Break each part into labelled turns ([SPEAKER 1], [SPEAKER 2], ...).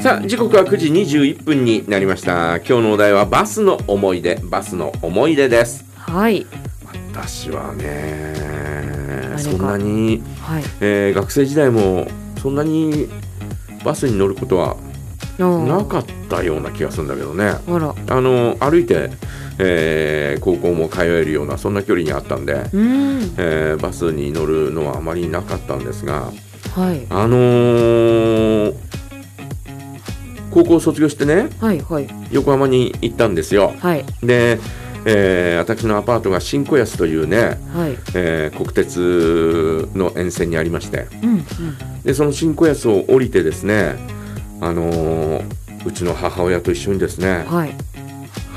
[SPEAKER 1] さあ時刻は9時21分になりました今日のお題はバスの思い出バスの思い出です
[SPEAKER 2] はい。
[SPEAKER 1] 私はね
[SPEAKER 2] 何か
[SPEAKER 1] そんなに、
[SPEAKER 2] はい。
[SPEAKER 1] えー学生時代もそんなにバスに乗ることはな
[SPEAKER 2] な
[SPEAKER 1] かったような気がするんだけどね
[SPEAKER 2] あら。
[SPEAKER 1] あの歩いて、えー高校も通えるようなそんな距離にあったんで、
[SPEAKER 2] うん。
[SPEAKER 1] えーバスに乗るのはあまりなかったんですが
[SPEAKER 2] はい。
[SPEAKER 1] あのー高校卒業してね
[SPEAKER 2] はいはい
[SPEAKER 1] 横浜に行ったんですよ
[SPEAKER 2] はい
[SPEAKER 1] で、えー私のアパートが新小安というね、
[SPEAKER 2] はい。
[SPEAKER 1] えー国鉄の沿線にありまして
[SPEAKER 2] うんうん。
[SPEAKER 1] でその新小安を降りてですねあのーうちの母親と一緒にですね
[SPEAKER 2] はい。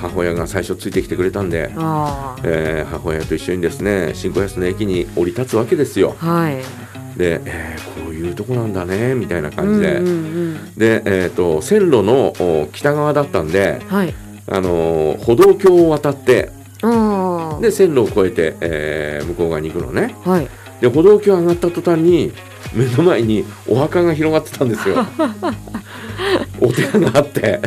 [SPEAKER 1] 母親が最初ついてきてくれたんで、
[SPEAKER 2] あ
[SPEAKER 1] えー母親と一緒にですね新小安の駅に降り立つわけですよ
[SPEAKER 2] あ。はい。
[SPEAKER 1] で、えーこういうとこなんだねみたいな感じで、
[SPEAKER 2] うんうん
[SPEAKER 1] で、えー、と線路のお北側だったんで、
[SPEAKER 2] うん。はい。
[SPEAKER 1] あのー歩道橋を渡って
[SPEAKER 2] あ
[SPEAKER 1] で線路を越えて、えー向こう側に行くのね
[SPEAKER 2] あ。はい。
[SPEAKER 1] で歩道橋上がった途端に目の前にお墓が広がってたんですよお寺があって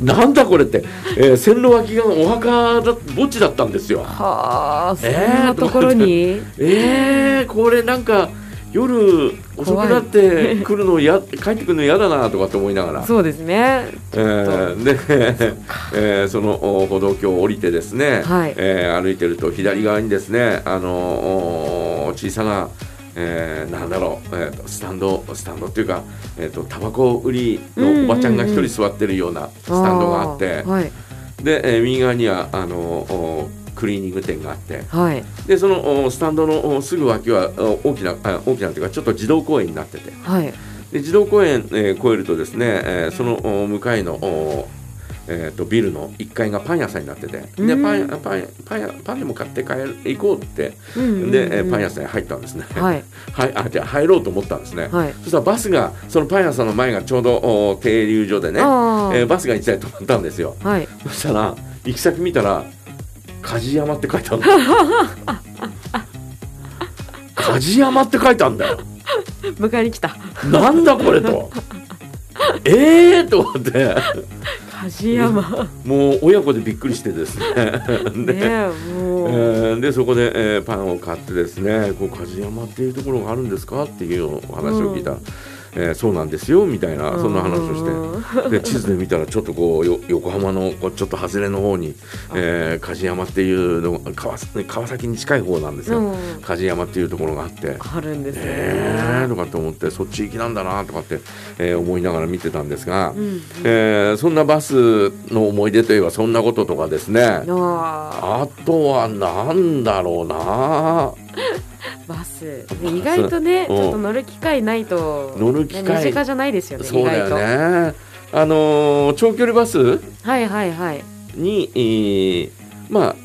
[SPEAKER 1] なんだこれって、えー線路脇がお墓だ墓地だったんですよ
[SPEAKER 2] はあ。そん
[SPEAKER 1] え
[SPEAKER 2] な
[SPEAKER 1] ー
[SPEAKER 2] ところに。
[SPEAKER 1] えー、これなんか夜遅くなって来るのや帰ってくるの嫌だなとかって思いながら
[SPEAKER 2] そうですね。
[SPEAKER 1] えーで、 えーそのお歩道橋を降りてですね、
[SPEAKER 2] はい
[SPEAKER 1] えー歩いてると左側にですねあのお小さな、えーなんだろう、えーとスタンドスタンドっていうか、えー、とタバコ売りのおばちゃんが一人座ってるようなスタンドがあって、
[SPEAKER 2] ーはい
[SPEAKER 1] で、えー右側にはあのおクリーニング店があって
[SPEAKER 2] はい
[SPEAKER 1] でそのおスタンドのおすぐ脇はお大きなあ大きなっていうかちょっと児童公園になってて。
[SPEAKER 2] はい。
[SPEAKER 1] で児童公園、えー越えるとですね、えーそのお向かいのおえー、とビルの1階がパン屋さんになっててで
[SPEAKER 2] うん
[SPEAKER 1] パンパンパン屋パンでも買って帰る行こうって
[SPEAKER 2] うんうんうん
[SPEAKER 1] で、えーパン屋さんに入ったんですね、
[SPEAKER 2] はい
[SPEAKER 1] はい、あじゃあ入ろうと思ったんですね、
[SPEAKER 2] はい。
[SPEAKER 1] そしたらバスがそのパン屋さんの前がちょうどお停留所でね、え
[SPEAKER 2] ああ
[SPEAKER 1] ーバスが1台止まったんですよ
[SPEAKER 2] はい。
[SPEAKER 1] そしたら行き先見たら梶山って書いてあるん だよ梶山って書いてあるんだよ
[SPEAKER 2] 迎えに来た。
[SPEAKER 1] なんだこれと。えーと思って
[SPEAKER 2] 梶山。
[SPEAKER 1] もう親子でびっくりしてですね
[SPEAKER 2] ね
[SPEAKER 1] で,、え
[SPEAKER 2] えもう。
[SPEAKER 1] ーでそこで、えーパンを買ってですね「こう梶山っていうところがあるんですか?」っていうお話を聞いたら、えーそうなんですよ」みたいなそんな話をして
[SPEAKER 2] て。
[SPEAKER 1] で地図で見たらちょっとこうよ横浜のこうちょっと外れの方に、えー梶山っていうのが川川崎に近い方なんですよ、
[SPEAKER 2] うん
[SPEAKER 1] 梶山っていうところがあって。
[SPEAKER 2] あるんですね。
[SPEAKER 1] えーとかって思ってそっち行きなんだなとかって、えー思いながら見てたんですが、
[SPEAKER 2] うんうん。
[SPEAKER 1] えーそんなバスの思い出といえばそんなこととかですね
[SPEAKER 2] あ
[SPEAKER 1] あとはなんだろうな
[SPEAKER 2] ーバスで意外とね、ち
[SPEAKER 1] うん
[SPEAKER 2] ょっと乗る機会ないと
[SPEAKER 1] 乗る機会
[SPEAKER 2] ね身近じゃないですよね
[SPEAKER 1] そうだ
[SPEAKER 2] 意外
[SPEAKER 1] よねあのー長距離バス
[SPEAKER 2] とはいはいはい
[SPEAKER 1] に、えーまあ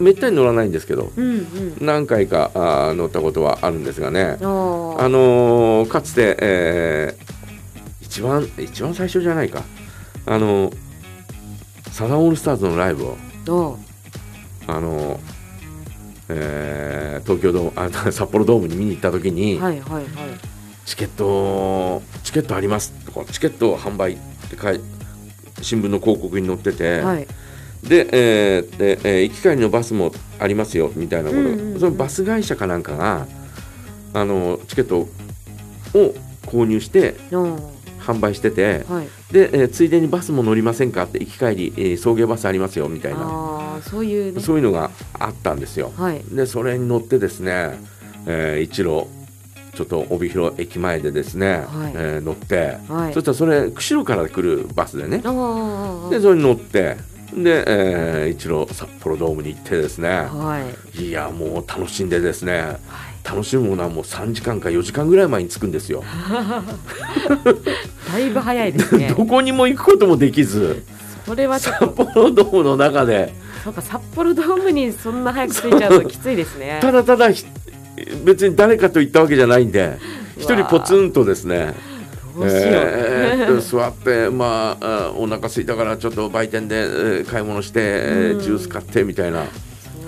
[SPEAKER 1] めったに乗らないんですけど
[SPEAKER 2] うんうん
[SPEAKER 1] 何回かあー乗ったことはあるんですがね
[SPEAKER 2] お
[SPEAKER 1] あのーかつて、えー一番一番最初じゃないかあのーサザンオールスターズのライブを
[SPEAKER 2] お
[SPEAKER 1] あの、えー東京ドームあ 札幌ドームに見に行った時に、
[SPEAKER 2] はいはいはい
[SPEAKER 1] チケットチケットありますとかチケット販売って書い新聞の広告に載ってて、
[SPEAKER 2] はい
[SPEAKER 1] で,、えーでえー行き帰りのバスもありますよみたいなこと、
[SPEAKER 2] うんうんうん
[SPEAKER 1] そのバス会社かなんかがあのチケットを購入して
[SPEAKER 2] お
[SPEAKER 1] 販売してて
[SPEAKER 2] はい
[SPEAKER 1] で、えーついでにバスも乗りませんかって行き帰り、えー送迎バスありますよみたいな
[SPEAKER 2] ああそういうね
[SPEAKER 1] そういうのがあったんですよ。
[SPEAKER 2] はい
[SPEAKER 1] でそれに乗ってですね、えー一路ちょっと帯広駅前でですね、
[SPEAKER 2] はい
[SPEAKER 1] えー乗って、
[SPEAKER 2] はい
[SPEAKER 1] そしたらそれ釧路から来るバスでね
[SPEAKER 2] あー
[SPEAKER 1] でそれに乗ってで、えー一路札幌ドームに行ってですね
[SPEAKER 2] はいはい
[SPEAKER 1] いやもう楽しんでですね楽しむものはもう3時間か4時間ぐらい前に着くんですよ、
[SPEAKER 2] だいぶ早いです ね
[SPEAKER 1] どこにも行くこともできず
[SPEAKER 2] これはちょ
[SPEAKER 1] 札
[SPEAKER 2] っと
[SPEAKER 1] 幌ドームの中で
[SPEAKER 2] そうか札幌ドームにそんな早く着いちゃうときついで すね
[SPEAKER 1] ただただひ別に誰かと行ったわけじゃないんで一人ポツンとですね
[SPEAKER 2] どうしよう、
[SPEAKER 1] えー座って、まあ、あお腹空いたからちょっと売店で、えー買い物して、えー
[SPEAKER 2] うん
[SPEAKER 1] ジュース買ってみたいな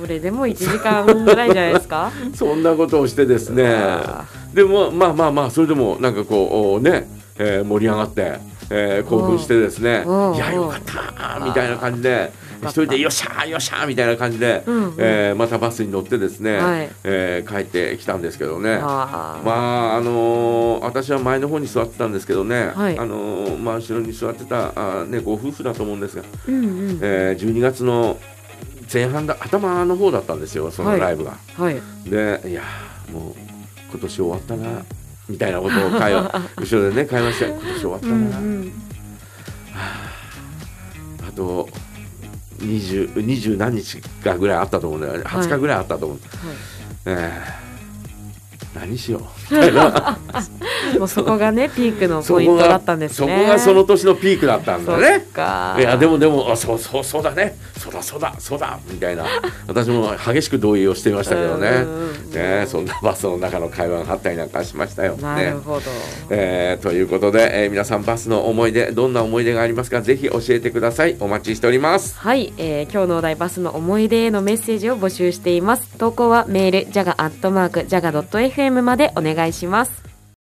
[SPEAKER 2] それでも1時間ぐらいじゃないで すか
[SPEAKER 1] そんなことをしてですね
[SPEAKER 2] うわ
[SPEAKER 1] でもまあまあまあそれでもなんかこうおねえー盛り上がって、えー興奮してですね
[SPEAKER 2] うん
[SPEAKER 1] いやよかったーみたいな感じで
[SPEAKER 2] うん
[SPEAKER 1] 一人でよっしゃーよっしゃーみたいな感じで、
[SPEAKER 2] うんうん
[SPEAKER 1] えーまたバスに乗ってですね、
[SPEAKER 2] はい
[SPEAKER 1] えー帰ってきたんですけどね。
[SPEAKER 2] あー
[SPEAKER 1] まああのー私は前の方に座ってたんですけどね、
[SPEAKER 2] はい
[SPEAKER 1] あのーまあ、後ろに座ってたあー、ね、ご夫婦だと思うんですが、
[SPEAKER 2] うんうん
[SPEAKER 1] えー12月の前半だ頭の方だったんですよそのライブが。
[SPEAKER 2] はい
[SPEAKER 1] でいやーもう今年終わったなみたいなことを会 話後ろでね会話して今年終わった
[SPEAKER 2] う
[SPEAKER 1] な、
[SPEAKER 2] んうん
[SPEAKER 1] あと20 20何日かぐらいあったと思うんだよね
[SPEAKER 2] はい
[SPEAKER 1] 20日ぐらいあったと思う、えー何しよ うみたいな
[SPEAKER 2] もうそこ がねピークの
[SPEAKER 1] そ
[SPEAKER 2] ポイン
[SPEAKER 1] こ
[SPEAKER 2] ト
[SPEAKER 1] が
[SPEAKER 2] だったんです
[SPEAKER 1] そ
[SPEAKER 2] ね
[SPEAKER 1] こがその年のピークだったんだね
[SPEAKER 2] そっか
[SPEAKER 1] いやでもでもあそうそうそうだねそうだそうだそうだみたいな私も激しく同意をしていましたけどね
[SPEAKER 2] うんうんうん
[SPEAKER 1] ねそんなバスの中の会話があったりなんかしましたよ。
[SPEAKER 2] なる
[SPEAKER 1] ね
[SPEAKER 2] ほど、
[SPEAKER 1] えーということで、えー皆さんバスの思い出どんな思い出がありますかぜひ教えてくださいお待ちしております
[SPEAKER 2] はい、えー今日のお題バスの思い出へのメッセージを募集しています投稿はメール jaga.jaga.fm までお願いします